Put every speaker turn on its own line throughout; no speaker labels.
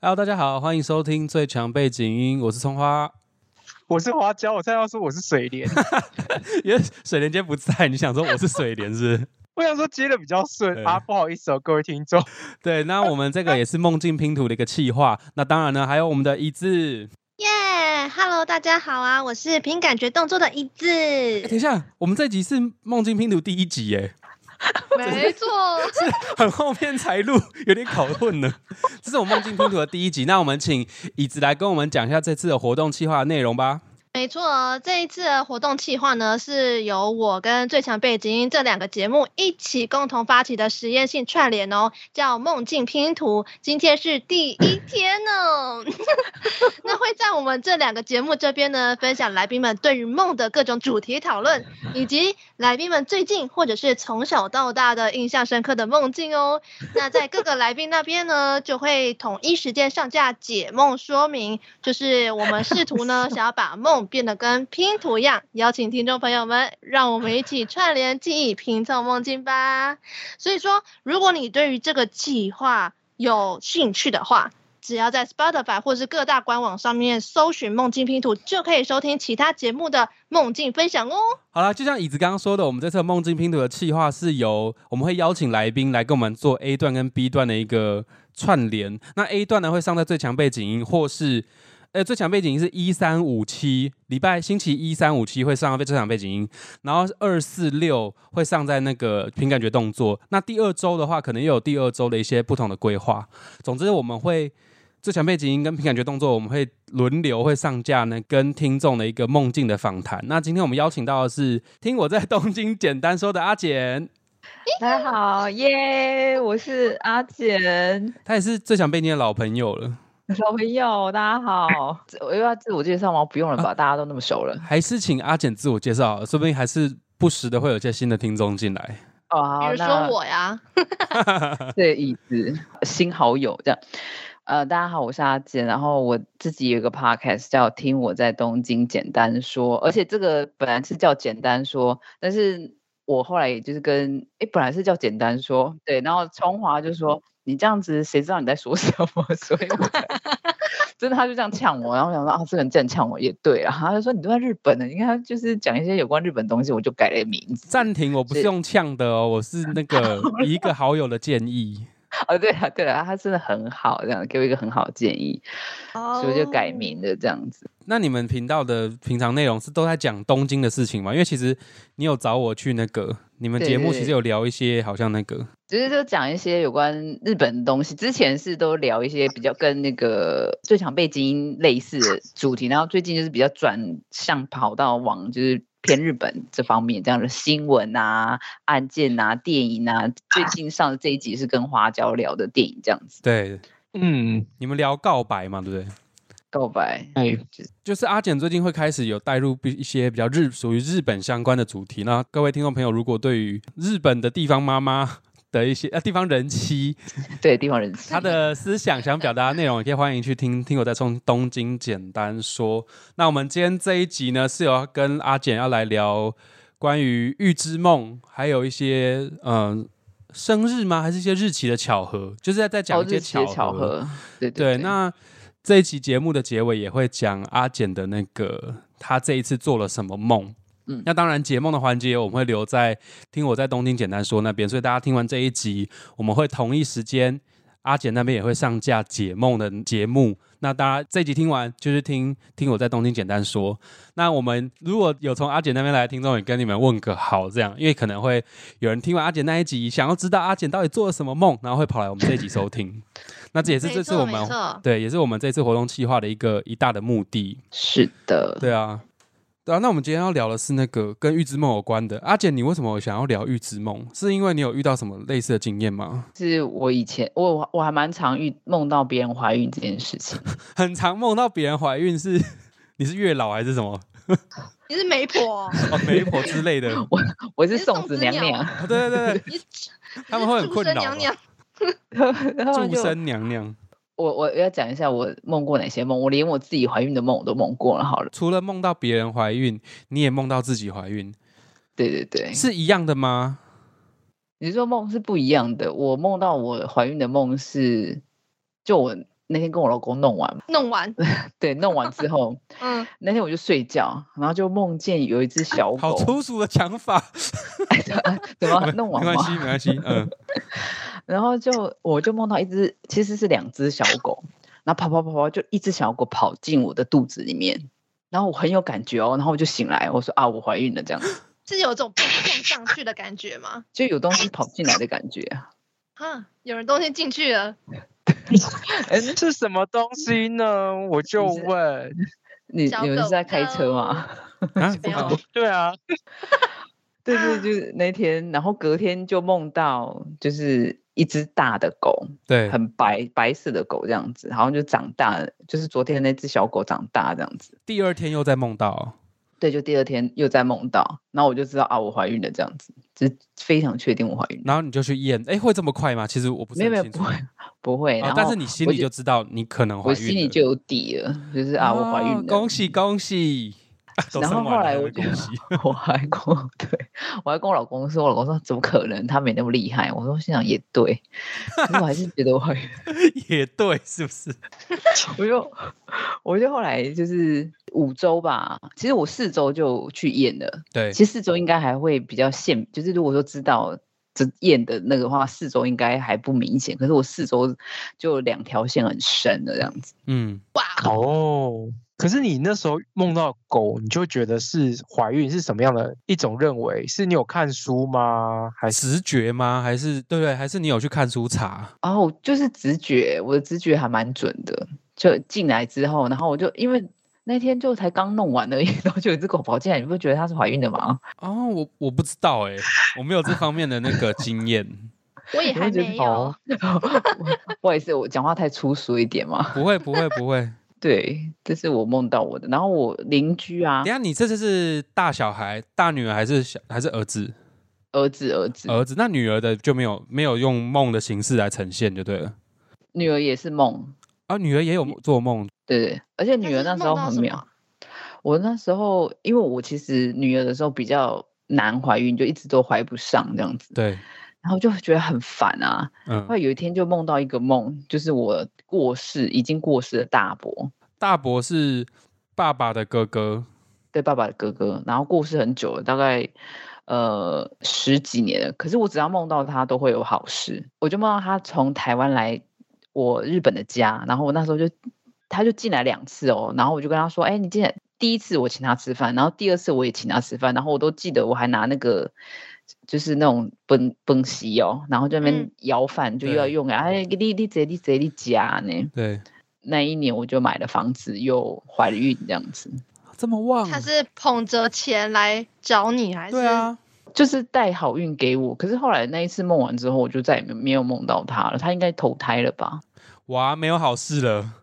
Hello，大家好，欢迎收听最强背景音，我是葱花。
我是花椒，我才要说我是水莲，
因为水莲今天不在，你想说我是水莲是 不是？
我想说接的比较顺
对
啊，不好意思哦，各位听众，
对，那我们这个也是梦境拼图的一个企划。那当然呢，还有我们的一字。
耶、h e l l o 大家好啊，我是凭感觉动作的一字，
哎等一下，我们这集是梦境拼图第一集耶，
没错，
很后面才录，有点搞混了。 这是我们梦境拼图的第一集。那我们请椅子来跟我们讲一下这次的活动企划的内容吧。
没错。哦这一次的活动企划呢，是由我跟最强背景音这两个节目一起共同发起的实验性串联哦，叫梦境拼图。今天是第一天呢， 那会在我们这两个节目这边呢，分享来宾们对于梦的各种主题讨论，以及来宾们最近或者是从小到大的印象深刻的梦境哦。那在各个来宾那边呢，就会统一时间上架解梦说明，就是我们试图 呢想要把梦变得跟拼图一样，邀请听众朋友们，让我们一起串联记忆，拼凑梦境吧。所以说，如果你对于这个计划有兴趣的话，只要在 Spotify 或是各大官网上面搜寻“梦境拼图”，就可以收听其他节目的梦境分享哦。
好啦，就像椅子刚刚说的，我们这次的梦境拼图的企划是由我们会邀请来宾来跟我们做 A 段跟 B 段的一个串联。那 A 段呢会上在最强背景音，或是呃最强背景音是一三五七，礼拜星期一三五七会上最强背景音，然后二四六会上在那个凭感觉动作。那第二周的话，可能又有第二周的一些不同的规划。总之，我们会。最强背景音跟凭感觉动作，我们会轮流会上架呢，跟听众的一个梦境的访谈。那今天我们邀请到的是听我在东京简单说的阿简，
大家好，耶！我是阿简，
他也是最强背景的老朋友了，
老朋友，大家好。自我又要自我介绍吗？不用了 吧，大家都那么熟了。
还是请阿简自我介绍好了，说不定还是不时的会有一些新的听众进来。
哦，
比
好，
如
那
说我呀，
这椅子新好友这样。呃，大家好，我是阿简，然后我自己有一个 podcast 叫《听我在东京简单说》，而且这个本来是叫简单说，但是我后来也就是跟诶，本来是叫简单说，对，然后聪华就说你这样子谁知道你在说什么， 所以我才真的他就这样呛我，然后我想说啊，这个人这样呛我也对啊，他就说你都在日本了，你看他就是讲一些有关日本东西，我就改了名字，
暂停，我不是
是
用呛的哦，我是那个以一个好友的建议。
哦，对了对了，他真的很好，这样给我一个很好的建议，所以我就改
哦
名了这样子。
那你们频道的平常内容是都在讲东京的事情吗？因为其实你有找我去那个，你们
对
节目
对
其实有聊一些好像那个，
只是就讲一些有关日本的东西，之前是都聊一些比较跟那个最强背景类似的主题，然后最近就是比较转向跑到往就是偏日本这方面这样的新闻啊、案件啊、电影啊。最近上的这一集是跟花椒聊的电影这样子，
对，
嗯，
你们聊告白嘛，对不对？
告白。
哎，
就是阿简最近会开始有带入比一些比较日属于日本相关的主题。那各位听众朋友，如果对于日本的地方妈妈的一些 呃地方人妻，
对，地方人哦士
她的思想想表达的内容，也可以欢迎去听听我在从东京简单说。那我们今天这一集呢，是有要跟阿简要来聊关于预知梦，还有一些嗯、呃生日吗？还是一些日期的巧合？就是在在讲
哦
一
日
些
期的巧
合
合，对
对，
对，
那这一期节目的结尾也会讲阿简的那个他这一次做了什么梦。嗯
嗯，
那当然解梦的环节我们会留在听我在东京简单说那边，所以大家听完这一集，我们会同一时间阿简那边也会上架解梦的节目。那大家这一集听完就是听听我在东京简单说。那我们如果有从阿简那边来的听众，也跟你们问个好，这样，因为可能会有人听完阿简那一集，想要知道阿简到底做了什么梦，然后会跑来我们这一集收听。那这也是
没
这次
错
我
没
们
错
对，也是我们这次活动计划的一个一大的目的。
是的，
对啊，对啊。那我们今天要聊的是那个跟预知梦有关的。阿简，你为什么想要聊预知梦？是因为你有遇到什么类似的经验吗？
是我以前我我还蛮常遇梦到别人怀孕这件事情。
很常梦到别人怀孕是你是月老还是什么？
你是媒 婆哦，
哦，媒婆之类的。
我我是
你是
送
送
子
子
娘
鸟
娘，
哦 对对 对，
你
他们会很
祝
困
生
扰啊
娘
吧
娘
然后
祝
啊就
生娘娘。
我我要讲一下我梦过哪些梦，我连我自己怀孕的梦我都梦过了。好了，
除了梦到别人怀孕，你也梦到自己怀孕，
对对对，
是一样的吗？
你说梦是不一样的。我梦到我怀孕的梦是，就我那天跟我老公弄完，
弄 完，
对，弄完之后，
嗯，
那天我就睡觉，然后就梦见有一只小
好
狗，
粗俗的讲法，
怎么弄完
没关
吗？
系，没关系， 嗯，
然后就我就梦到一只，其实是两只小狗，然后跑跑跑跑，就一只小狗跑进我的肚子里面，然后我很有感觉哦，然后我就醒来，我说啊，我怀孕了，这样子
是有种被撞上去的感觉吗？
就有东西跑进来的感觉啊。
啊，有人东西进去了，
哎是什么东西呢？我就
你是
问。
你
小
你们
狗
是在开车
狗
吗？
啊，
没有，
对啊，
对对，就是那天，然后隔天就梦到就是一只大的狗，
对，
很白白色的狗这样子，好像就长大了，就是昨天那只小狗长大这样子。
第二天又在梦到，
对，就第二天又在梦到，然后我就知道啊，我怀孕了这样子，就是非常确定我怀孕了。
然后你就去验，哎，会这么快吗？其实我不是
没有没
很
有
清
不
楚，
会不会，
啊
然
但
后
是你心
我
里就知道你可能怀
我
孕了，
心里就有底了，就是啊我怀孕
哦
了，
恭喜恭 喜。啊都
然后
生完
后
了
来
还
我
会
就
恭喜，
我还跟我 对我还跟我老公说，我老公说怎么可能，他没那么厉害。我说心想也对，可是我还是觉得我怀孕。
也对，是不是？
我就我就后来就是五周吧，其实我四周就去验了。
对，
其实四周应该还会比较限，就是如果说知道这验的那个话，四周应该还不明显。可是我四周就两条线很深的这样子，
嗯，
哦，可是你那时候梦到狗，你就觉得是怀孕是什么样的一种认为？是你有看书吗？还是
直觉吗？还是对不对？还是你有去看书查？
然后就是直觉，我的直觉还蛮准的。就进来之后，然后我就因为那天就才刚弄完而已， 然后就有一只狗跑进来，你不觉得它是怀孕的吗？
哦，我我不知道哎、我没有这方面的那个经验，
我也
你
还
会觉得
没有
哦。
我不好意思，我讲话太粗俗一点嘛。
不会不会不会。
对，这是我梦到我的。然后我邻居
等
啊
一，下你这次是大小孩，大女儿还是小还是儿子？
儿子儿子，
儿子，那女儿的就没有没有用梦的形式来呈现就对了。
女儿也是梦，
啊，女儿也有做梦，
对对，而且
那
女儿
是
那时
梦
候
到
很
什
妙
么。
我那时候因为我其实女儿的时候比较难怀孕，就一直都怀不上这样子，
对，
然后就觉得很烦啊。
嗯
后，来有一天就梦到一个梦，就是我过世已经过世的大伯，
大伯是爸爸的哥哥，
对爸爸的哥哥，然后过世很久了，大概呃十几年了。可是我只要梦到他，都会有好事。我就梦到他从台湾来我日本的家，然后我那时候就他就进来两次哦，然后我就跟他说：“哎，你进来。”第一次我请他吃饭，然后第二次我也请他吃饭，然后我都记得我还拿那个就是那种崩崩席哦，然后这边
嗯
舀饭就又要
对
用啊，哎，你你这你这你家呢？
对，
那一年我就买了房子，又怀了孕这样子。
啊这么旺，
他是捧着钱来找你，还是？
对啊，
就是带好运给我。可是后来那一次梦完之后，我就再也没没有梦到他了。他应该投胎了吧？
哇，没有好事了，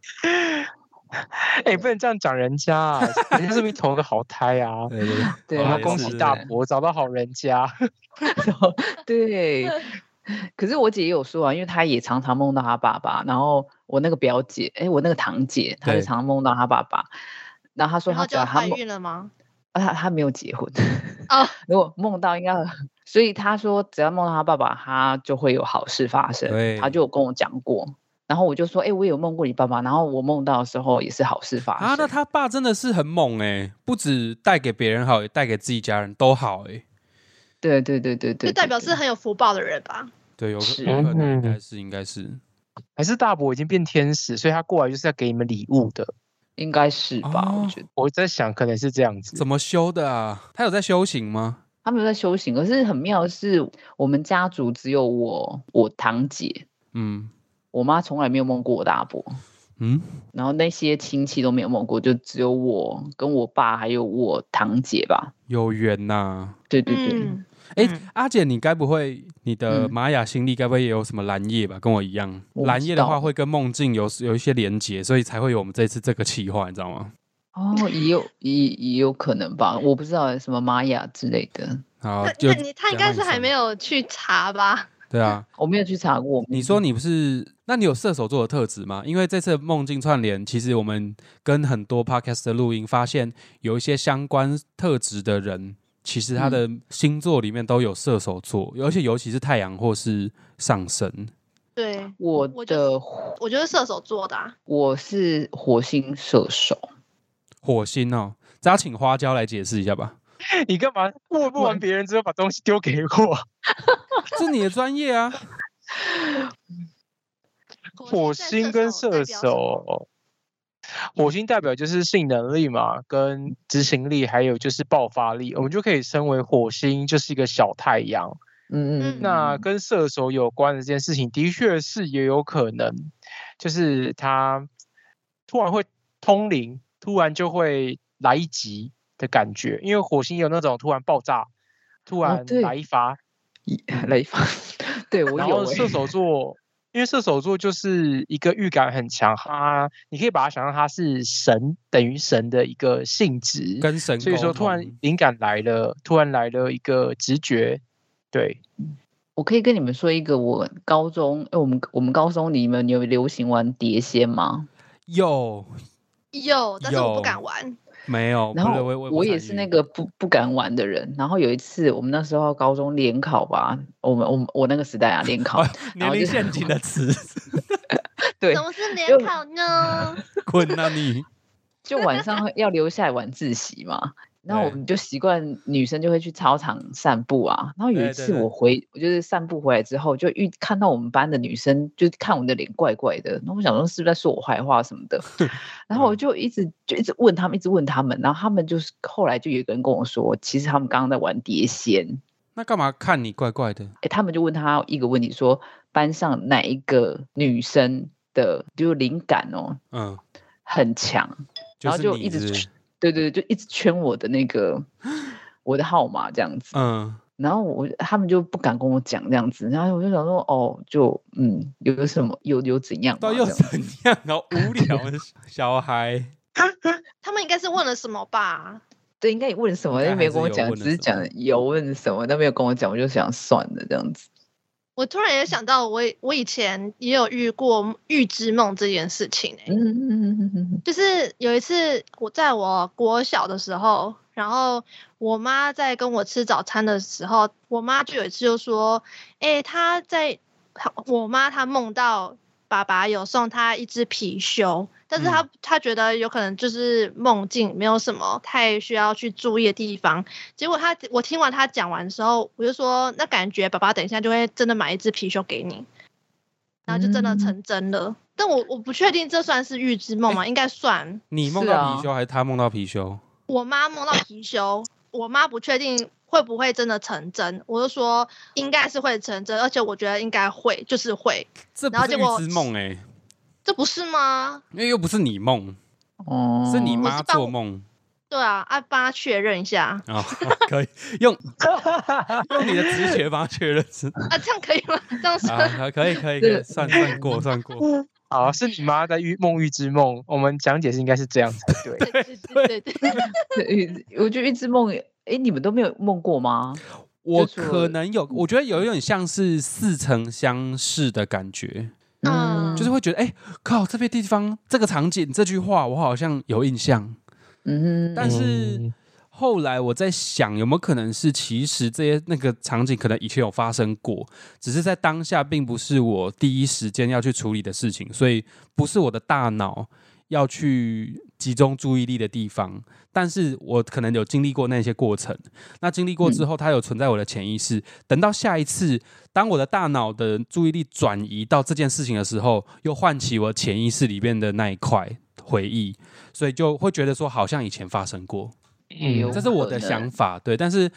哎、不能这样讲人家、啊，人家是不是投个好胎啊？
对对 对，
对
然
啊
后
也
恭
是
喜
对
大
对
伯找到好人家。
对。可是我姐也有说啊，因为她也常常梦到她爸爸。然后我那个表姐，哎，我那个堂姐，她就
对
常常梦到她爸爸。然后她说
然
她
后
只
就
要她
怀
梦，
孕了吗？
啊她她没有结婚。
哦，
如果梦到应该，所以她说只要梦到她爸爸，她就会有好事发生。她
对
就有跟我讲过。然后我就说，哎、我有梦过你爸爸。然后我梦到的时候也是好事发生。
啊，那他爸真的是很猛哎、不止带给别人好，也带给自己家人都好哎、
对对对对对，
就代表
对
是很有福报的人吧？
对，有可
是
有可能应
嗯
该是应该是
还是大伯已经变天使，所以他过来就是要给你们礼物的。
应该是吧？
哦
我觉得
我在想，可能是这样子
怎。么修的啊？他有在修行吗？
他们有在修行，可是很妙的是，我们家族只有我，我堂姐，
嗯
我妈从来没有梦过我大伯，
嗯，
然后那些亲戚都没有梦过，就只有我跟我爸还有我堂姐吧。
有缘呐、
对对对，
嗯，
诶哎、
嗯
阿姐，你该不会你的
嗯
玛雅心力该不会也有什么蓝叶吧？跟我一样，
我不
蓝
知
叶的话
道
会跟梦境有有一些连结，所以才会有我们这次这个企划，你知道吗？
哦，也有也也有可能吧，我不知道什么玛雅之类的，
好
那，
就
那你他应
讲到
该是
你
还
身
没有去查吧？
对啊。
我没有去查过。
你说你不是？那你有射手座的特质吗？因为这次梦境串联，其实我们跟很多 podcast 的录音发现，有一些相关特质的人，其实
嗯
他的星座里面都有射手座，而且尤其是太阳或是上升。
对，
我
我就
的
我就是射手座的、啊。
我是火星射手，
火星哦，大家请花椒来解释一下吧。
你干 嘛问不完别人之后把东西丢给我？
这是你的专业 啊，
火星跟射
代表什么，
手，火星代表就是性能力嘛，跟执行力，还有就是爆发力，我们就可以称为火星就是一个小太阳。
嗯
嗯
那跟射手有关的这件事情，的确是也有可能，就是他突然会通灵，突然就会来一集的感觉，因为火星有那种突然爆炸，突然
对
来一发，
来一发，对我
然
有
后
欸
射手座，因为射手座就是一个预感很强，他你可以把它想象他是神等于神的一个性质，
跟神
所以说
沟通
突然灵感来了，突然来了一个直觉， 对，
我可以跟你们说一个，我高中，哎，我们我们高中你们有流行玩碟仙吗？
有
有，但是我
有
不敢玩。
没有？
然
不
后
对我
我
我
也是那
个
个不不敢玩的人。然后有一次，我们那时候高中联考吧，我们我们我那个时代啊，联考，然
年
后
龄
就
陷阱的词，
对
怎，么是
就
联考呢？
滚啊你！
就晚上会要留下来晚自习嘛。然后我
对
们就习惯女生就会去操场散步啊。然后有
对
一
对
次
对
我回，我就是散步回来之后，就遇看到我们班的女生，就看我的脸怪怪的。然后我想说是不是在说我坏话什么的，然后我
嗯
就一直就一直问他们，一直问他们。然后他们就是后来就有一个人跟我说，其实他们刚刚在玩碟仙。
那干嘛看你怪怪的？
诶，他们就问他一个问题说，班上哪一个女生的就是灵感哦
嗯，
很强？
就
然后
是
就
你
一直
是不是
对对对，就一直圈我的那个我的号码这样子。
嗯，
然后我他们就不敢跟我讲这样子，然后我就想说，哦，就嗯，有什么有有怎样嘛？
到
这
又
样啊
怎样？好无聊的小 孩，
他们应该是问了什么吧？
对，应该也问什么，
应该
又没
还是
有跟我
有
讲，
问
只
了
是
什么
讲有问什么，但没有跟我讲，我就想算了这样子。
我突然也想到我，我以前也有遇过预知梦这件事情、欸、
哎
嗯嗯嗯嗯嗯
就是有一次我在我国小的时候，然后我妈在跟我吃早餐的时候，我妈就有一次就说：“哎、她在她我妈她梦到爸爸有送她一只貔貅，但是她、她觉得有可能就是梦境，没有什么太需要去注意的地方。结果她我听完她讲完之后，我就说：那感觉爸爸等一下就会真的买一只貔貅给你。”然后就真的
嗯
成真了，但我我不确定这算是预知梦吗？应该算。
你梦
是
到
啊
貔貅还是他梦到貔貅？
我妈梦到貔貅，我妈不确定会不会真的成真，我就说应该是会成真，而且我觉得应该会，就是会，
这不
然后
是
结
预
果
知梦哎、
这不是吗？
因为又不是你梦，
嗯，哦，
是你
我
妈
是帮
做
我
梦
对啊，啊，帮她确认一下
啊、 可以用用你的直觉帮他确认 是
啊，这样可以吗？这样是、
啊，可以可以可
这
以，
个
算算 过算过，
好，是你妈在预梦遇之梦，我们讲解是应该是这样才 对。
对对对对，
对预我觉得预知梦，哎，你们都没有梦过吗？
我
就是
可能有，我觉得有一点像是似曾相识的感觉，
嗯
就是会觉得哎、靠，这边地方这个场景这句话我好像有印象，
嗯哼，
但是
嗯
后来我在想，有没有可能是其实这些那个场景可能以前有发生过，只是在当下并不是我第一时间要去处理的事情，所以不是我的大脑要去集中注意力的地方。但是我可能有经历过那些过程，那经历过之后，它有存在我的潜意识。等到下一次，当我的大脑的注意力转移到这件事情的时候，又唤起我潜意识里面的那一块回忆，所以就会觉得说好像以前发生过。
嗯
有
这是我的
可能
想法，对。但是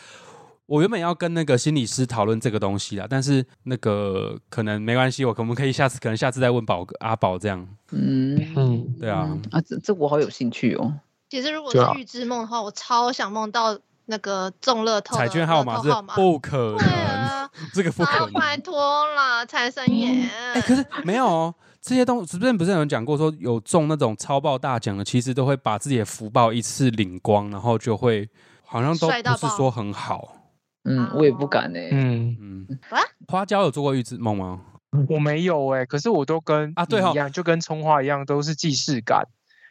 我原本要跟那个心理师讨论这个东西啦，但是那个可能没关系，我可我们可以下次可能下次再问宝哥阿宝这样，
嗯
嗯，
对啊，
嗯啊，这这我好有兴趣哦。
其实如果
对啊
是预知梦的话，我超想梦到那个中乐透的
彩券
乐
号
透
码
号
是不可
对
能，
啊，
这个不
啊
可，
拜
能。
托啦，财神爷。
哎，可是没有哦，这些东之前不是有人讲过说有中那种超爆大奖的，其实都会把自己的福报一次领光，然后就会好像都
帅到
不是
爆
说很好。
嗯，
啊
我也不
哦
敢哎、
嗯，
嗯
啊，
花椒有做过预知梦吗？
我没有哎、可是我都跟
啊对
你
吼
一样，就跟葱花一样，都是既视感，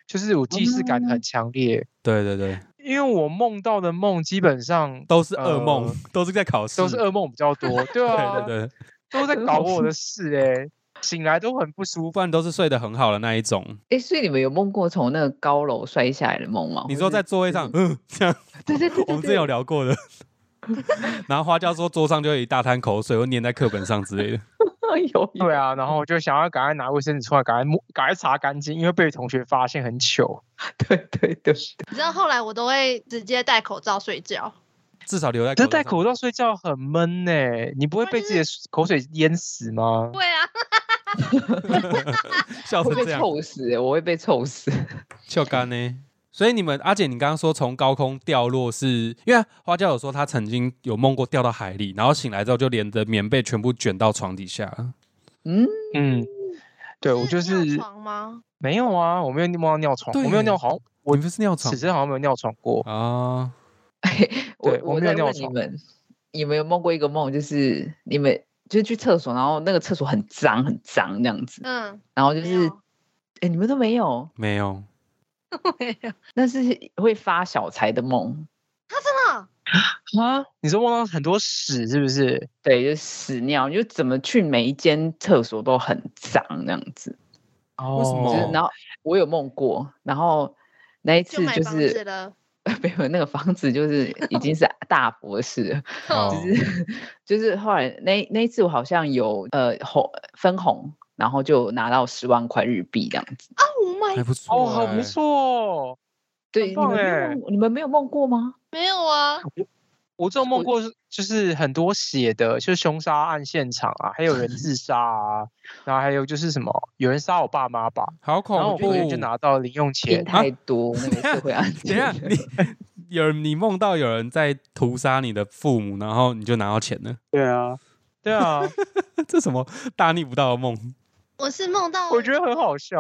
就是我既视
哦
感很强烈，
对对对，
因为我梦到的梦基本上
都是噩梦，
呃
都是在考试，
都是噩梦比较多，对啊，
对对对。
都在搞我的事哎、醒来都很不舒服。
不然都是睡得很好的那一种。
哎，所以你们有梦过从那个高楼摔下来的梦吗？
你
或
说
是
在座位上，嗯， 这样，
对对对
我
对
们之前
对
有聊过的。 然后花椒说桌上就有一大滩口水，会粘在课本上之 类的。
有有
对啊，然后我就想要赶快拿卫生纸出来，赶快摸，赶快擦干净，因为被同学发现很糗。
对对对，
你知道后来我都会直接戴口罩睡觉，
至少留在
可
口
是戴
袋
口罩睡觉很闷呢、你不会
啊
被自己的口水淹死吗？
会啊，
笑成
会
这
被
样，
臭死，我会被臭死。
笑干呢。所以你们阿姐，你刚刚说从高空掉落是，因为花椒有说她曾经有梦过掉到海里，然后醒来之后就连着棉被全部卷到床底下。
嗯，
嗯，对我就
啊尿
是
床吗？
没有啊，我没有梦到尿床，我没有
对
尿床，
我
我
不是尿床
此生好像没有尿床过。
啊？
我
对我
我
没有
在
尿
问你
床
们，你们有梦过一个梦，就是你们就是去厕所，然后那个厕所很脏很脏这样子，
嗯，
然后就
没
是
有，
哎，你们都没有，
没有，
没有，
那是会发小财的梦，
他真的哦
啊，你是梦到很多屎是不是？
对，就是屎尿，你就怎么去每一间厕所都很脏这样子。
哦
为什么
就是然后我有梦过，然后那一
就
次
买
就
房子
是
了，
没有那个房子就是已 经是大博士了，
哦
就是就是后来那那一次我好像有呃红分红，然后就拿到十万块日币这样子。
啊
Oh my，
还不错、
哦，好不。错哦。
对，你
棒
们没有
欸
梦你们没有梦过吗？
没有啊，
我这种梦过是就是很多血的，就是凶杀案现场啊，还有人自杀啊，然后还有就是什么有人杀我爸妈吧，
哎好
然后
恐
我
怖！
隔天就拿到零用钱
听，太多、那个社会案
等一下，
件。
你有人你梦到有人在屠杀你的父母，然后你就拿到钱了，
对啊， 对啊，
这什么大逆不道的梦？
我是梦到，
我觉得很好笑，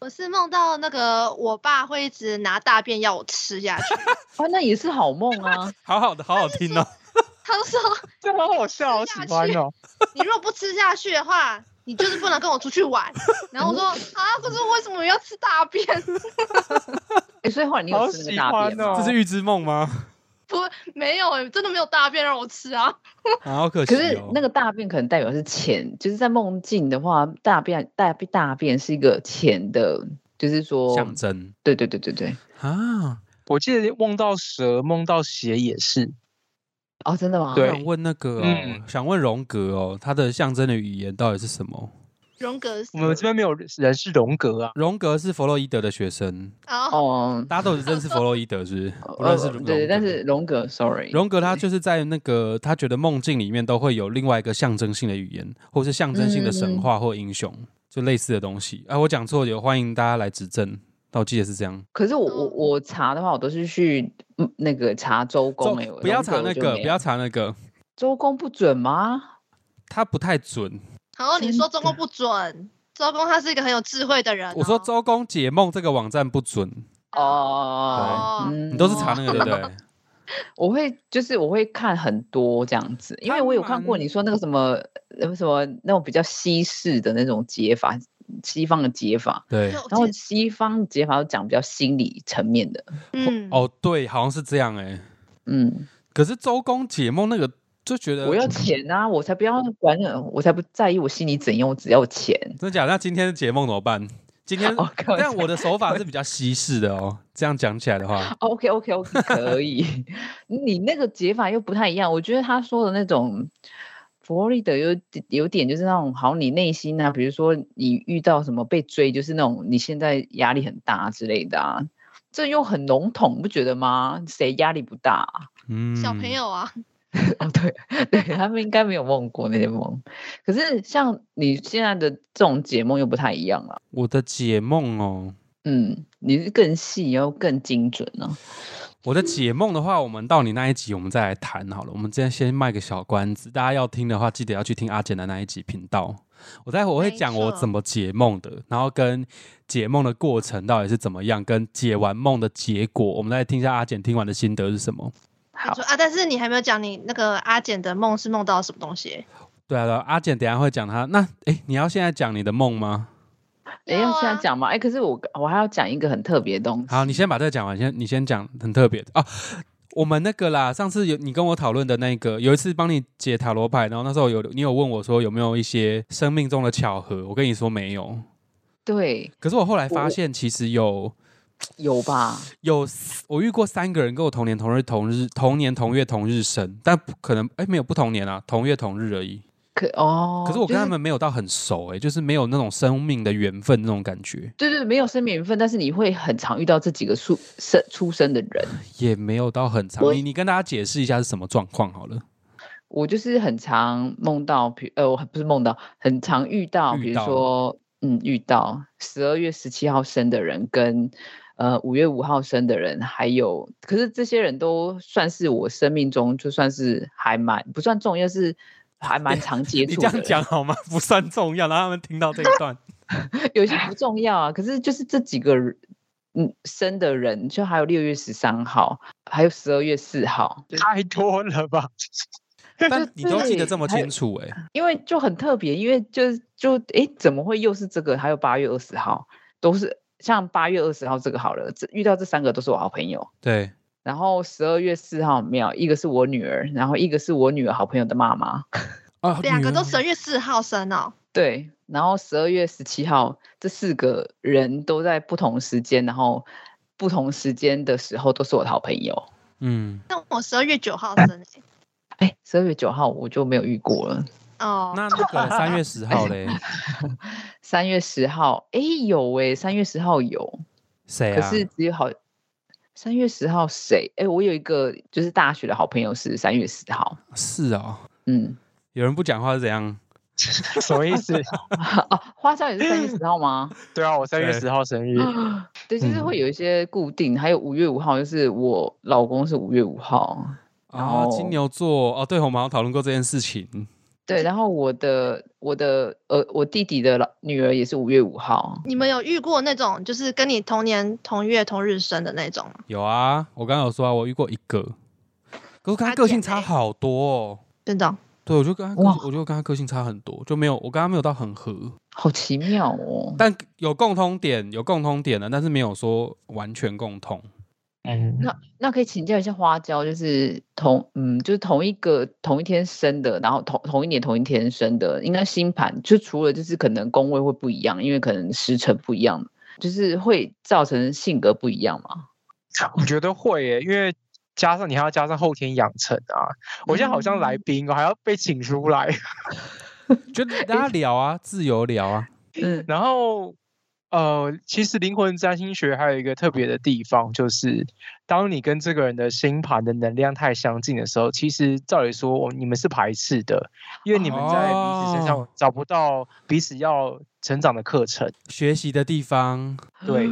我是梦到那个我爸会一直拿大便要我吃下去，
啊，那也是好梦 啊！
好好的，好好听哦。
他说
这很好笑，好喜
吃下
欢哦。
你如果不吃下去的话，你就是不能跟我出去玩。然后我说啊，可是为什么要吃大便？
哎、所以后来你
好
有吃那
喜
个大便
欢哦
吗？
这是预知梦吗？
不， 没有、欸，真的没有大便让我吃啊。
啊 好可惜
可是
哦。
那个大便可能代表是钱，就是在梦境的话，大便大大便是一个钱的，就是说，
象征
对对对对对，
啊，
我记得梦到蛇，梦到血也是，
哦，真的吗？
我
对
想问那个哦
嗯，
想问荣格哦，他的象征的语言到底是什么？
荣格死
我们这边没有人是荣格啊，
荣格是弗洛伊德的学生，
啊，
哦，
大家都只认识弗洛伊德，是不是？不认识
呃
荣格
对，但是荣格，sorry，
荣格他就是在那个他觉得梦境里面都会有另外一个象征性的语言，或是象征性的神话或英雄，就类似的东西。啊，我讲错也欢迎大家来指正。但我记得是这样，
可是我我我查的话，我都是去嗯那个查周公哎、
周
我
不要
荣格
查
我
那
就
个，
没
不要查那个，
周公不准吗？
他不太准。
然后你说周公不准，周公他是一个很有智慧的人哦、
我说周公解梦这个网站不准，
哦，
哦，
嗯
你都是查那个对不对？
我会就是我会看很多这样子，因为
他
我有看过
蛮
你说那个什么呃什么那种比较西式的那种解法，西方的哦解法，
对，
就
然后西方解法都讲比较心理层面的，
嗯，
哦对，好像是这样哎、
嗯，
可是周公解梦那个就觉得
我要钱啊，我才不要管了，我才不在意我心里怎样，我只要钱。
真假？那今天的解梦怎么办？今天
哦开玩
但
笑
我的手法是比较西式的哦。这样讲起来的话，
OK OK OK，可以。你那个解法又不太一样，我觉得他说的那种弗洛伊德有有点就是那种，好，你内心啊，比如说你遇到什么被追，就是那种你现在压力很大之类的啊，这又很笼统，你不觉得吗？谁压力不大啊、
嗯，
小朋友啊，
哦，对对，他们应该没有梦过那些梦。可是像你现在的这种解梦又不太一样了、
我的解梦哦，
嗯，你是更细又更精准哦呢、
我的解梦的话，我们到你那一集我们再来谈好了。我们今天先卖个小关子，大家要听的话，记得要去听阿简的那一集频道。我待会我会
没
讲我
错
怎么解梦的，然后跟解梦的过程到底是怎么样，跟解完梦的结果，我们来听一下阿简听完的心得是什么。
好
你说，啊，但是你还没有讲你那个阿简的梦是梦到什么东西？
对啊，对啊阿简等一下会讲他那诶，你要现在讲你的梦吗？
哎、
要
要现在
啊
讲吗？哎、可是我我还要讲一个很特别的东西。
好，你先把这个讲完，先你先讲很特别的哦。我们那个啦，上次有你跟我讨论的那个，有一次帮你解塔罗牌，然后那时候有你有问我说有没有一些生命中的巧合，我跟你说没有，
对，
可是我后来发现其实有
有吧？
有四，我遇过三个人跟我同年同日同日同年同月同日生，但不可能哎、没有不同年啊，同月同日而已。
可哦，
可是我
就
跟他们没有到很熟哎、就是没有那种生命的缘分那种感觉，
对对，没有生命缘分，但是你会很常遇到这几个出生出生的人。
也没有到很长。
我
你你跟大家解释一下是什么状况好了。
我就是很常梦到，比呃，我不是梦到，很常遇到，
遇
比如
到
说，嗯，遇到十二月十七号生的人跟呃五月五号生的人，还有，可是这些人都算是我生命中就算是还蛮不算重要，是还蛮常接
你
触
这样
的人。
讲好吗？ 不算重要，让他们听到这一段。
有些不重要啊，可是就是这几个人嗯生的人，就还有六月十三号，还有十二月四号，
太多了吧？
但你都记得
对
这么
还有
清楚哎、
因为就很特别，因为就是就诶，怎么会又是这个？还有八月二十号，都是像八月二十号这个好了，这遇到这三个都是我好朋友。
对，
然后十二月四号没有，一个是我女儿，然后一个是我女儿好朋友的妈妈，
啊，
两个
女儿
都十二月四号生哦，
对。然后十二月十七号，这四个人都在不同时间，然后不同时间的时候都是我的好朋友。
嗯，
那我哦十二月九号生欸
哎，十二月九号我就没有遇过了，
哦。
那那 个三月十号嘞，
三月十号，哎有哎，三月十号有，
谁
可
啊？
是只有好三月十号谁？哎、我有一个就是大学的好朋友是三月十号，
是哦，
嗯，
有人不讲话是怎样？
什么意思？
哦、花椒也是三月十号吗？
对啊，我三月
对
十号生日，
对，就是
嗯
会有一些固定，还有五月五号，就是我老公是五月五号，然
哦，金
后
牛座哦，对，我们好像讨论过这件事情。
对，然后我的我的呃我弟弟的老女儿也是五月五号，
你们有遇过那种就是跟你同年同月同日生的那种吗？
有啊，我刚刚有说啊，我遇过一个，可我跟他
他
个性
姐
差
妹
好多哦。
真的哦？
对，我就跟他个
哇
性，我就跟他个性差很多，就没有我跟他没有到很合，
好奇妙哦。
但有共通点，有共通点的，但是没有说完全共通。
嗯，
那那可以请教一下花椒，就是同嗯，就是同一个同一天生的，然后同同一年同一天生的，应该星盘就除了就是可能宫位会不一样，因为可能时辰不一样，就是会造成性格不一样嘛。
我觉得会耶，因为加上你还要加上后天养成啊。我现在好像来
嗯
宾，我哦还要被请出来，
就大家聊啊，自由聊啊，
嗯，
然后。呃，其实灵魂占星学还有一个特别的地方，就是当你跟这个人的星盘的能量太相近的时候，其实照理说，我你们是排斥的，因为你们在彼此身上
哦
找不到彼此要成长的课程。
学习的地方。
对，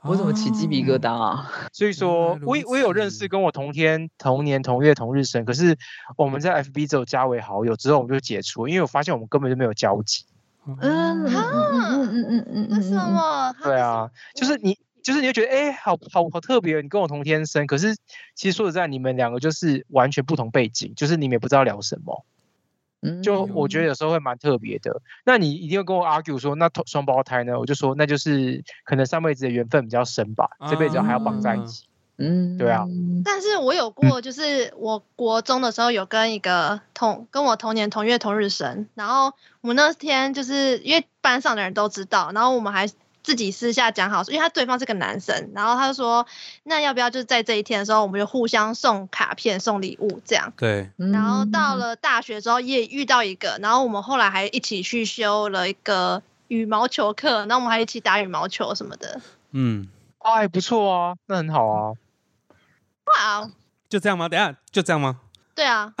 我怎么起鸡皮疙瘩啊？
所以
原
说
来如
我也我也有认
此
识跟我同天同年同月同日生，可是我们在 FB 只有加为好友之后，我们就解除，因为我发现我们根本就没有交集。
嗯嗯嗯嗯嗯嗯
为什
嗯，
么？他
对
为什
啊
么，
就是你，就是你会觉得，哎、好好好特别哦，你跟我同天生，可是其实说实在，你们两个就是完全不同背景，就是你们也不知道聊什么，
嗯
就我觉得有时候会蛮特别的。那你一定会跟我 argue 说，那同双胞胎呢？我就说，那就是可能上辈子的缘分比较深吧，这辈子还要绑在一
啊
起。
嗯
对啊
但是我有过，就是我国中的时候有跟一个同跟我同年同月同日生，然后我们那天就是因为班上的人都知道，然后我们还自己私下讲好，因为他对方是个男生，然后他就说那要不要就是在这一天的时候，我们就互相送卡片、送礼物这样。
对，
然后到
嗯
了大学之后也遇到一个，然后我们后来还一起去修了一个羽毛球课，然后我们还一起打羽毛球什么的。
嗯，
啊，还不错啊，那很好啊。
哇，哦
就这样吗？等一下就这样吗？
对 啊，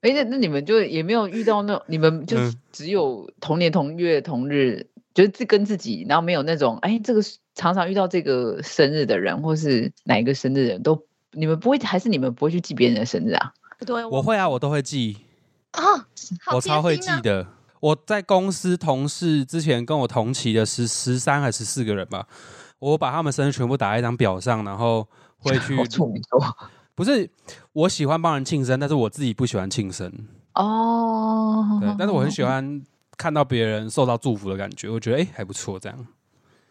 哎、那那你们就也没有遇到那种，你们就
嗯
是只有同年同月同日，就是自跟自己，然后没有那种哎、这个是常常遇到这个生日的人，或是哪一个生日的人都，你们不会，还是你们不会去记别人的生日啊？
不对，
我会啊，我都会记，
哦，好
我
贴
超会
心
记
啊
的。我在公司同事之前跟我同期的十十三还十四个人吧，我把他们生日全部打在一张表上，然后会
嗯
去
好哦处女座
不是我喜欢帮人庆生，但是我自己不喜欢庆生，
哦，
哦
对，但是我很喜欢看到别人受到祝福的感觉，我觉得哎、还不错这样。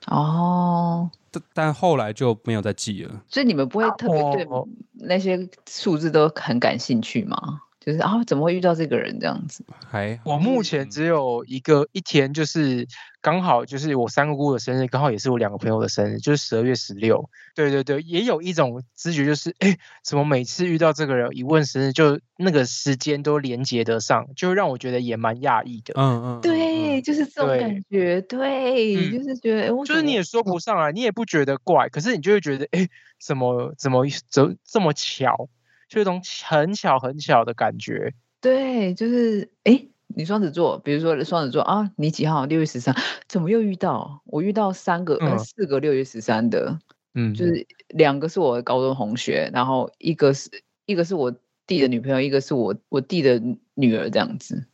哦，
但但后来就没有再记了。
所以你们不会特别对
我
那些数字都很感兴趣吗？就是啊，怎么会遇到这个人这样
嗯
子？
还
我目
嗯
前只有一个一天，就是刚好就是我三个姑的生日，刚好也是我两个朋友的生日，就是十二月十六。对对对，也有一种知觉，就是哎，诶怎么每次遇到这个人一问生日，就那个时间都连接得上，就让我觉得也蛮讶异的。
嗯嗯，嗯
对，，就是这种
对
感觉，对，
嗯
就是觉得，哎我
就是
怎
你
么
也说不上来，你也不觉得怪，可是你就会觉得，哎，怎么怎么怎这么巧，就有一种很巧很巧的感觉。
对，就是哎，你双子座，比如说双子座啊，你几号？六月十三，怎么又遇到？我遇到三个，呃，
嗯
四个六月十三的，
嗯，
就是两个是我的高中同学，然后一个是一个是我弟的女朋友，一个是我我弟的女儿，这样子。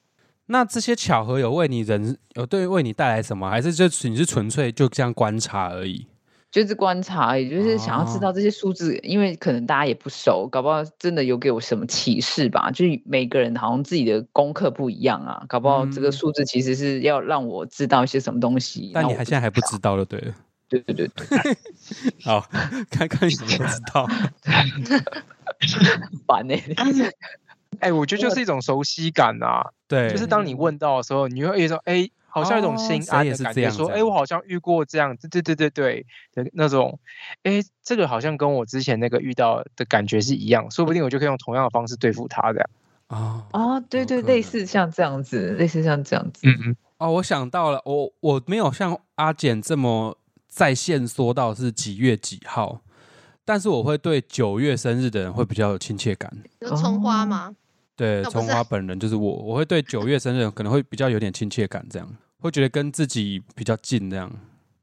那这些巧合有为你人有对为你带来什么？还是就你是纯粹就这样观察而已？
就是观察而已，就是想要
哦
知道这些数字，因为可能大家也不熟，搞不好真的有给我什么启示吧。就是每个人好像自己的功课不一样啊，搞不好这
嗯
个数字其实是要让我知道一些什么东西。
但
那
你
我
还现在还不知道就对了。
对对对对，
好， 看看你怎么知道。
很烦欸呢、
哎，我觉得就是一种熟悉感啊，
对，
就是当你问到的时候，你会有一种哎，好像有一
哦
种心
谁
安
也
的
是
感
这
觉，
样啊
说
这
哎，
样
我好像遇过这样，对对对对对的那种，哎，这个好像跟我之前那个遇到的感觉是一样，说不定我就可以用同样的方式对付他这样。
哦
哦，对
有
对，
可
类
能
似像这样子，类似像这样子。
嗯嗯，
哦，我想到了，我我没有像阿简这么在线说到是几月几号，但是我会对九月生日的人会比较有亲切感。
有葱
哦
花吗？
对，
那不
从
是
华本人就是我，我会对九月生日可能会比较有点亲切感，这样会觉得跟自己比较近这样。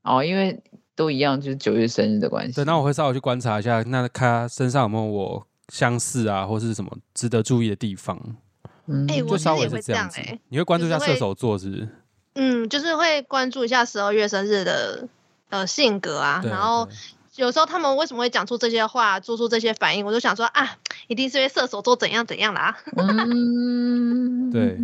哦，因为都一样，就是九月生日的关系
对，。那我会稍微去观察一下，那他身上有没有我相似啊，或是什么值得注意的地方，
嗯，
哎我
就
其
稍
实也
微是
会
这
这
样
样
子
欸。
你会关注一下
就是会
射手座是不是？
嗯，就是会关注一下十二月生日的呃性格啊，
对
然后
对
有时候他们为什么会讲出这些话，做出这些反应，我就想说啊，一定是因为射手座怎样怎样啦、
嗯，
对，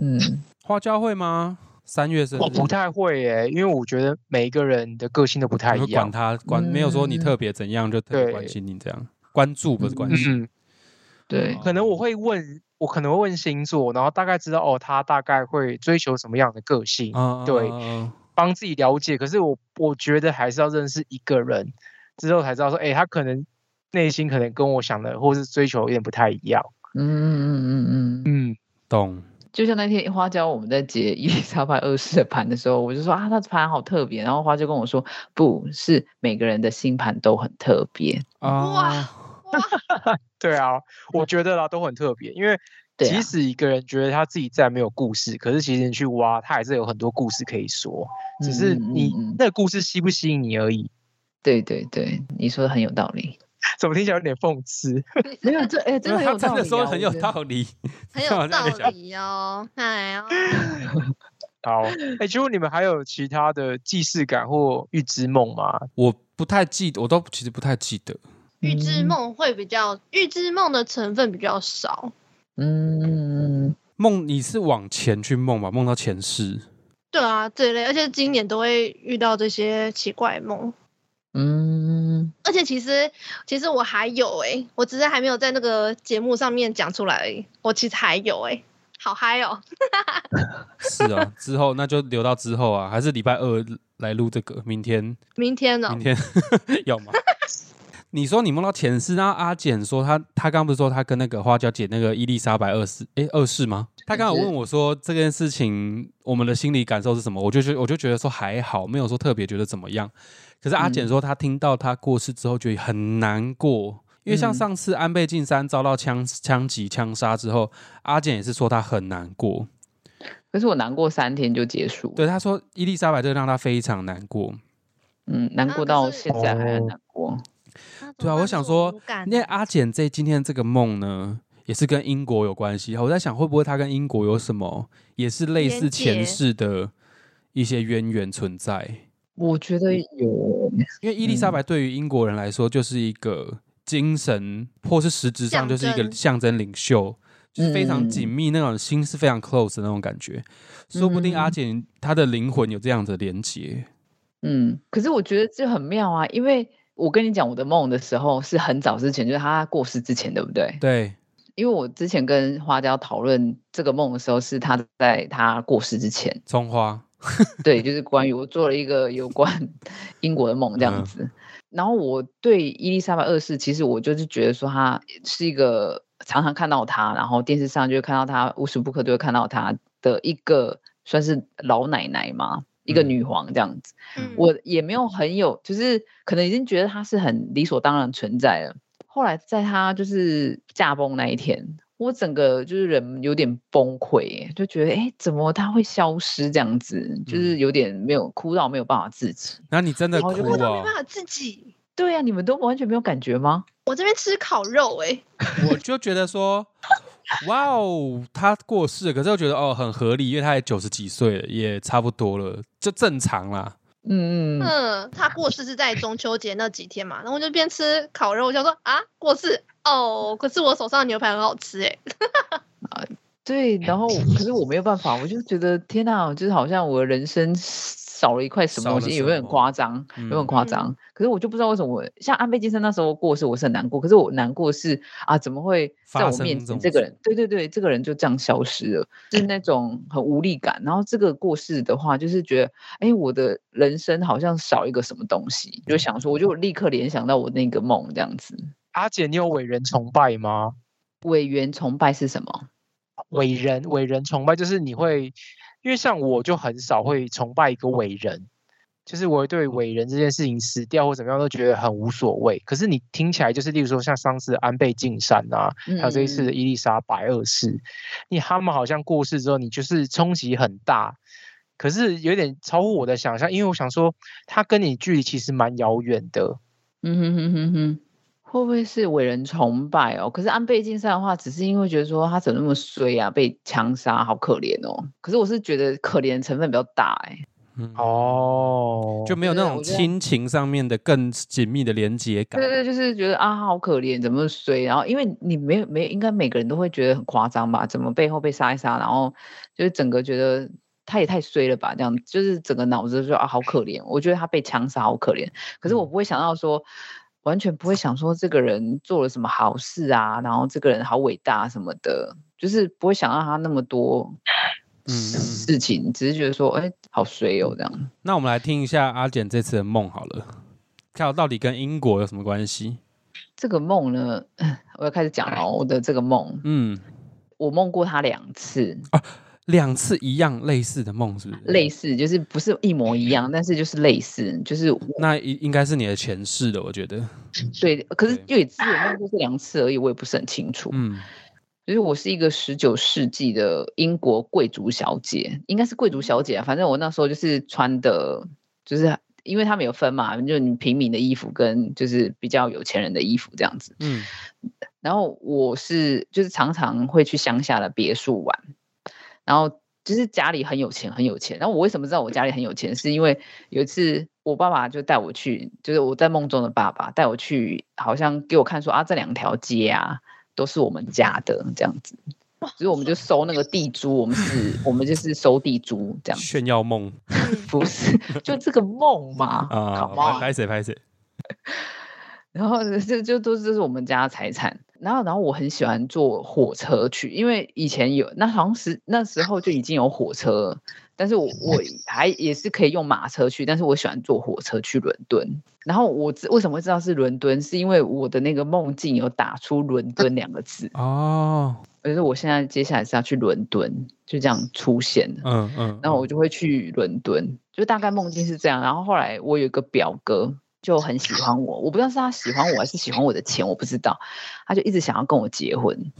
嗯，
花椒会吗？三月生日
我不太会耶，因为我觉得每一个人的个性都不太
你
一
会管
样。
他管，没有说
嗯
你特别怎样就特别
对
关心你这样，关注不是关心。
嗯，
对，
哦
可能我会问，我可能会问星座，然后大概知道哦，他大概会追求什么样的个性，
啊
嗯对
啊
帮自己了解。可是我我觉得还是要认识一个人之后才知道说，哎，他可能内心可能跟我想的或是追求有点不太一样。
嗯嗯嗯嗯。
嗯，
懂。
就像那天花椒，我们在解伊丽莎白二世的盘的时候，我就说啊，他的盘好特别。然后花椒跟我说，不是每个人的星盘都很特别。
啊
哇，
对啊，我觉得啦都很特别，因为
对
即
啊
使一个人觉得他自己再没有故事，可是其实你去挖，他还是有很多故事可以说，只是
嗯嗯
你
嗯嗯
那个故事吸不吸引你而已。
对对对，你说的很有道理。
怎么听起来有点讽 刺？
没有这哎、真的很
他
有道
真
理、啊。
的说很有
理。
道理，
很
我这
有
样
道
在想
理哦，哎呀，
嗯
好，哎，结果你们还有其他的既视感或预知梦吗？
我不太记得，我都其实不太记得。
预知梦会比较，预知梦的成分比较少。
嗯，
梦你是往前去梦吧，梦到前世。
对啊，这一类，而且今年都会遇到这些奇怪梦。
嗯嗯，
而且其实，其实我还有诶、我只是还没有在那个节目上面讲出来而已。我其实还有诶、好嗨哦！
是啊，之后那就留到之后啊，还是礼拜二来录这个，明天
明天呢、
明天 要吗？你说你梦到前世，那阿简说他他刚不是说他跟那个花椒姐那个伊丽莎白二世诶二世吗？他刚有问我说这件事情我们的心理感受是什么，我就觉我就觉得说还好，没有说特别觉得怎么样。可是阿简说他听到他过世之后觉得很难过，因为像
嗯
上次安倍晋三遭到枪枪击枪杀之后，阿简也是说他很难过。
可是我难过三天就结束。，
对，他说伊丽莎白这个让他非常难过。
嗯，难
啊
过
可
到
是
现在还很
哦
难过。
啊
对啊，我想说，那
那
阿简这今天这个梦呢，也是跟英国有关系。我在想，会不会他跟英国有什么也是类似
连结
前世的一些渊源存在？
我觉得有，
因为伊丽莎白对于英国人来说，就是一个精神或是实质上
象
就是一个
征
象征领袖，就是非常
嗯
紧密那种心是非常 close 的那种感觉。说不定阿
嗯
简她的灵魂有这样的连接。
嗯，可是我觉得这很妙啊，因为我跟你讲我的梦的时候是很早之前，就是他过世之前，对不对？
对，
因为我之前跟花椒讨论这个梦的时候，是他在他过世之前，
葱花，
对，就是关于我做了一个有关 英国的梦这样
嗯
子。然后我对伊丽莎白二世，其实我就是觉得说她是一个常常看到她，然后电视上就会看到她，无时不刻都会看到她的一个算是老奶奶嘛，一个
嗯
女皇这样子。
嗯，
我也没有很有，就是可能已经觉得她是很理所当然存在了。后来在她就是驾崩那一天，我整个就是人有点崩溃耶，就觉得哎、诶怎么她会消失这样子？就是有点没有哭到没有办法自己。
然后你真的
然后就
哭
我都没
哦
办，法自己。
对啊，你们都完全没有感觉吗？
我这边吃烤肉、欸，
我就觉得说，哇哦，他过世了，可是我觉得哦很合理，因为他也九十几岁了，也差不多了，就正常啦。
嗯嗯嗯，
嗯，他过世是在中秋节那几天嘛，然后我就边吃烤肉，我想说啊，过世哦，可是我手上的牛排很好吃、欸，
对。然后可是我没有办法，我就觉得天哪，就是好像我的人生少了一块什么
少
东
了
西，
什
有没有很
么
夸张？有没有
嗯
很夸张？可是我就不知道为什么我，像安倍晋三那时候过世，我是很难过。可是我难过是啊，怎么会在
发
我
生
面
这
前
种
这个
事
人？对对对，这个人就这样消失了，是那种很无力感。然后这个过世的话，就是觉得哎，我的人生好像少一个什么东西，就想说，我
嗯
就立刻联想到我那个梦这样子。
阿姐，你有伟人崇拜吗？
委员崇拜是什么？
伟人，伟人崇拜就是你会，因为像我就很少会崇拜一个伟人，就是我对伟人这件事情死掉或怎么样都觉得很无所谓。可是你听起来就是，例如说像上次的安倍晋三啊，还有这一次的伊丽莎白二世，你他们好像过世之后，你就是冲击很大，可是有点超乎我的想象，因为我想说他跟你距离其实蛮遥远的。
嗯哼哼哼哼，会不会是伟人崇拜哦？可是安倍晋三的话，只是因为觉得说他怎么那么衰啊，被枪杀，好可怜哦。可是我是觉得可怜的成分比较大哎、
嗯，
哦，
就没有那
对啊
种
我觉得
亲情上面的更紧密的连接感
对。对，就是觉得啊，好可怜，怎么那么衰？然后因为你没有没有，应该每个人都会觉得很夸张吧？怎么背后被杀一杀，然后就是整个觉得他也太衰了吧？这样就是整个脑子就说啊，好可怜。我觉得他被枪杀好可怜，可是我
嗯
不会想到说，完全不会想说这个人做了什么好事啊，然后这个人好伟大什么的，就是不会想到他那么多
嗯嗯
事事情，只是觉得说，哎，好衰哦这样。
那我们来听一下阿简这次的梦好了，看到底跟英国有什么关系？
这个梦呢， 我要开始讲了哦，我的这个梦，
嗯，
我梦过他两次，
两次一样类似的梦，是不是？
类似就是不是一模一 样，但是就是类似，就是我
那应应该是你的前世了，我觉得。
对，可是
对
又也只有梦过这两次而已，我也不是很清楚。
嗯，
就是我是一个十九世纪的英国贵族小姐，应该是
嗯
贵族小姐啊。反正我那时候就是穿的，就是因为他们有分嘛，就是你平民的衣服跟就是比较有钱人的衣服这样子。
嗯，
然后我是就是常常会去乡下的别墅玩，然后就是家里很有钱，很有钱。然后我为什么知道我家里很有钱？是因为有一次我爸爸就带我去，就是我在梦中的爸爸带我去，好像给我看说啊，这两条街啊都是我们家的这样子。所以我们就收那个地租，我们是，我们就是收地租这样，
炫耀梦
嗯，
不是 就这个梦嘛？
啊，
好吗
拍？拍谁拍谁？
然后这就都是这是我们家的财产。然后，然后我很喜欢坐火车去，因为以前有那好像是那时候就已经有火车，但是我我还也是可以用马车去，但是我喜欢坐火车去伦敦。然后我知为什么会知道是伦敦，是因为我的那个梦境有打出伦敦两个字，
哦，
而是我现在接下来是要去伦敦，就这样出现的。
嗯嗯，
然后我就会去伦敦，就大概梦境是这样。然后后来我有一个表哥就很喜欢我，我不知道是他喜欢我还是喜欢我的钱，我不知道。他就一直想要跟我结婚，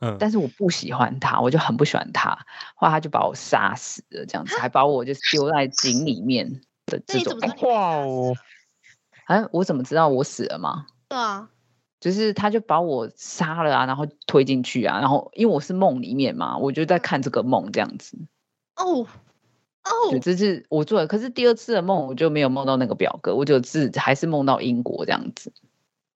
嗯
但是我不喜欢他，我就很不喜欢他。后来他就把我杀死了，这样子还把我就是丢在井里面的
那
这
你怎么。
种
知道你被
哇
杀死
哦
了？
啊，我怎么知道我死了吗？
对啊，
就是他就把我杀了啊，然后推进去啊，然后因为我是梦里面嘛，我就在看这个梦这样子。
哦哦，
对，这是我做的。可是第二次的梦，我就没有梦到那个表哥，我就是还是梦到英国这样子，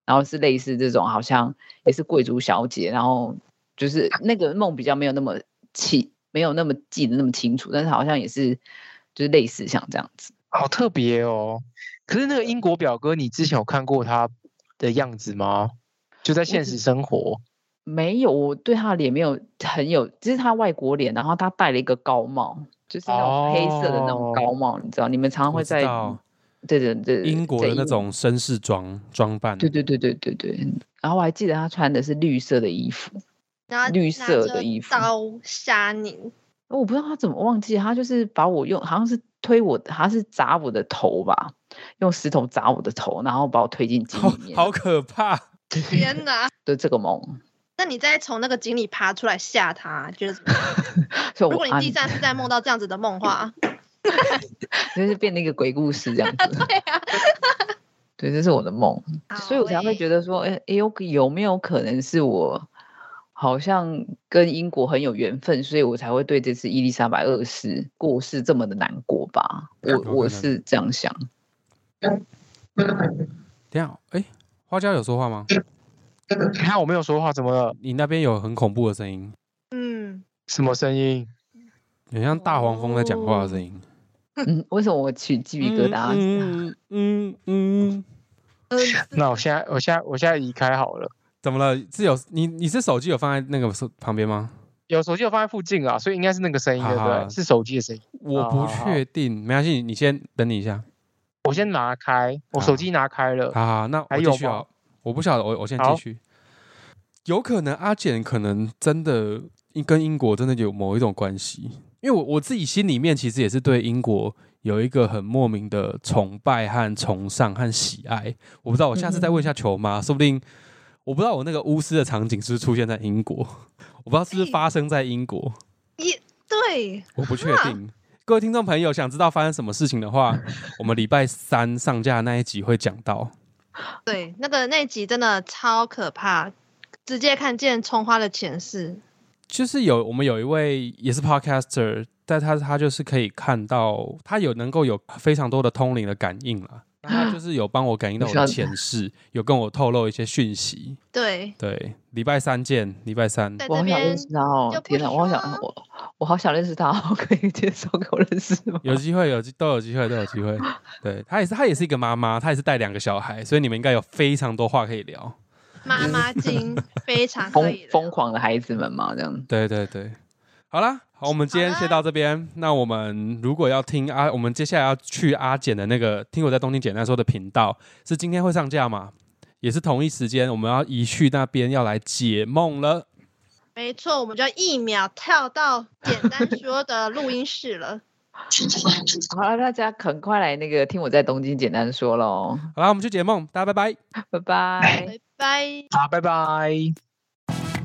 然后是类似这种，好像也是贵族小姐，然后就是那个梦比较没有那么清，没有那么记得那么清楚，但是好像也是就是类似像这样子。
好特别哦。可是那个英国表哥，你之前有看过他的样子吗？就在现实生活，
没有，我对他的脸没有很有，就是他外国脸，然后他戴了一个高帽，就是那种黑色的那种高帽，你知道，你们常
哦
常
我
会
知
在
道
对对对
英国
在
的那种绅士装装扮，
对对对对对对。然后我还记得他穿的是绿色的衣服，
然后
绿
拿
色
着
的衣服
刀杀你，
我不知道他怎么忘记，他就是把我用好像是推我，他是砸我的头吧，用石头砸我的头，然后把我推进井
好
里面。
好可怕。
天 哪！
对这个梦，
那你再从那个井里爬出来吓他，觉得 怎么样？
所
如
以我
果你
啊
第三次 再梦到这样子的梦话，
就是变成一个鬼故事这样子。
对啊，
对，这是我的梦，所以我才会觉
得
得说，哎、诶有有没有可能是我好像跟英国很有缘分，所以我才会对这次伊丽莎白二世过世这么的难过吧？
有
啊
我
可能
我是这样想。
等一下，哎、花椒有说话吗？
你看我没有说话，怎么了？
你那边有很恐怖的声音，
嗯，
什么声音？
很像大黄蜂在讲话的声音，
嗯，为什么我起鸡皮疙瘩？
嗯嗯嗯嗯，
呃
那我现在，我现在，我现在离开好了。
怎么了？是有你你是手机有放在那个手旁边吗？
有手机有放在附近啊，所以应该是那个声音，对不
好好
对？是手机的声音。
我
哦
好
不
好好
确定，没关系，你先等你一下。
我先拿开，我
好
手机拿开了。
好好，那我
还
继
有
续啊
吗，
我不晓得，我我先继
好
续。有可能阿简可能真的跟英国真的有某一种关系，因为我我自己心里面其实也是对英国有一个很莫名的崇拜和崇尚和喜爱。我不知道，我下
嗯
次再问一下球妈，说不定我不知道我那个巫师的场景是不是出现在英国，我不知道是不是
哎
发生在英国。
对，
我不确定。各位听众朋友，想知道发生什么事情的话，我们礼拜三上架的那一集会讲到。
对，那个那集真的超可怕，直接看见葱花的前世。
就是有我们有一位也是 podcaster，但他他就是可以看到，他有能够有非常多的通灵的感应啦。那他就是有帮我感应到我的前世，有跟我透露一些讯息。
对，
对，礼拜三见，礼拜三。
在
我
这
好想认
边
识他哦
就！
天
不
哪，我好
说
想我我好想认识他哦， 可以介绍给我认识吗？
有机会，有机都有机会，都有机会。对他也是，他也是一个妈妈，他也是带两个小孩，所以你们应该有非常多话可以聊。
妈妈经非常可
疯
以的
疯狂的孩子们嘛，这样。
对对对，好啦，好，我们今天
好啦
先到这边。那我们如果要听阿，我们接下来要去阿简的那个听我在东京简单说的频道，是今天会上架嘛？也是同一时间，我们要移去那边要来解梦了。
没错，我们就一秒跳到简单说的录音室了。
好了，大家很快来那个听我在东京简单说喽，
好啦，我们去解梦，大家拜拜。
拜 拜。
拜拜。
好，拜拜。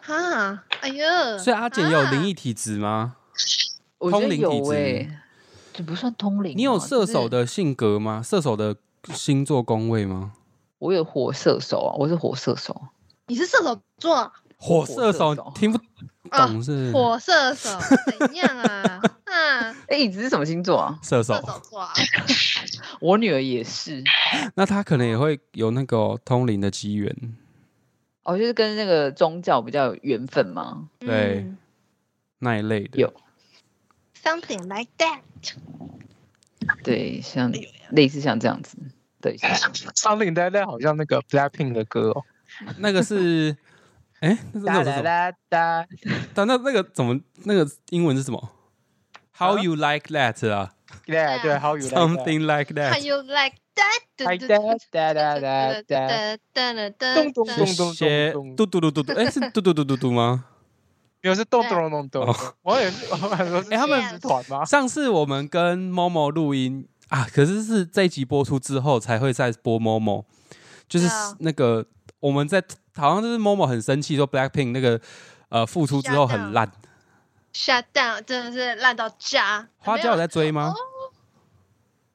哈，哎呀，
所以阿简有灵
异，
异体质吗？
我觉
通
得
灵体
有
质
诶、这不算通灵吧。啊哦
你有射
就是
手的性格吗？射手的星座宫位吗？
我有火射手啊，我是火射手。
你是射手座，
火射
射
手
手
听不懂是不是
火射手怎样啊？啊，
哎、你这是什么星座啊？
射
射
手，
手座啊，
我女儿也是，
那他可能也会有那个哦通灵的机缘。
哦，就是跟那个宗教比较有缘分嘛。
对
嗯
那一类的。
有
，something like that。
对，像类似像这样子。对，像
上领带带好像那个 Blackpink 的歌哦。
那个是，哎、那是那首是
哒哒
什么？
哒哒。
但那那个怎么那个英文是什么？How
啊
you like that 啊
对对，好有来
？Something like
How
that。
you like that？
哒哒哒哒哒。
哒哒
咚咚
谢
咚咚
谢
咚咚，
嘟嘟嘟嘟嘟，哎，是嘟嘟嘟嘟嘟吗？
没有是咚咚咚咚。我也是，我想说是
哎他们
狮子团吗？
上次我们跟 Momo 录音啊，可是是这一集播出之后才会再播 Momo，就是
对啊
那个我们在好像就是 Momo 很生气说 Blackpink 那个呃复出之后很烂，
Shut down，真的是烂到渣。
花椒有
没
在追吗？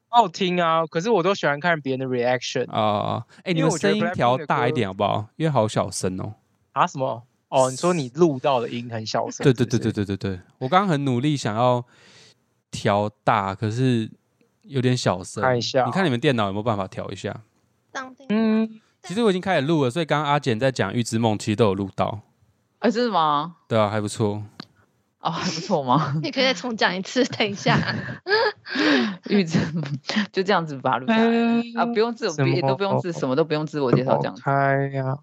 好听啊，可是我都喜欢看别人的 reaction
啊，哎，你
因为
们
我觉
声
得
音
Blackpink
调
的
大一
歌
点好不好？因为好小声哦。
啊什么？哦，你说你录到的音很小声，
对对对
是不
对
是，
对对对，我刚刚很努力想要调大，可是有点小声。
看一下哦
你看你们电脑有没有办法调一下？
有？嗯，
嗯，
其实我已经开始录了，所以刚刚阿简在讲《预知梦》，其实都有录到。
啊，真的吗？
对啊，还不错。
哦，还不错吗？
你可以再重讲一次，等一下。
玉珍 就这样子把它录下来、啊，不用自我
什
也都
么
哦
不用自什么都不用自我介绍，这样子
开呀、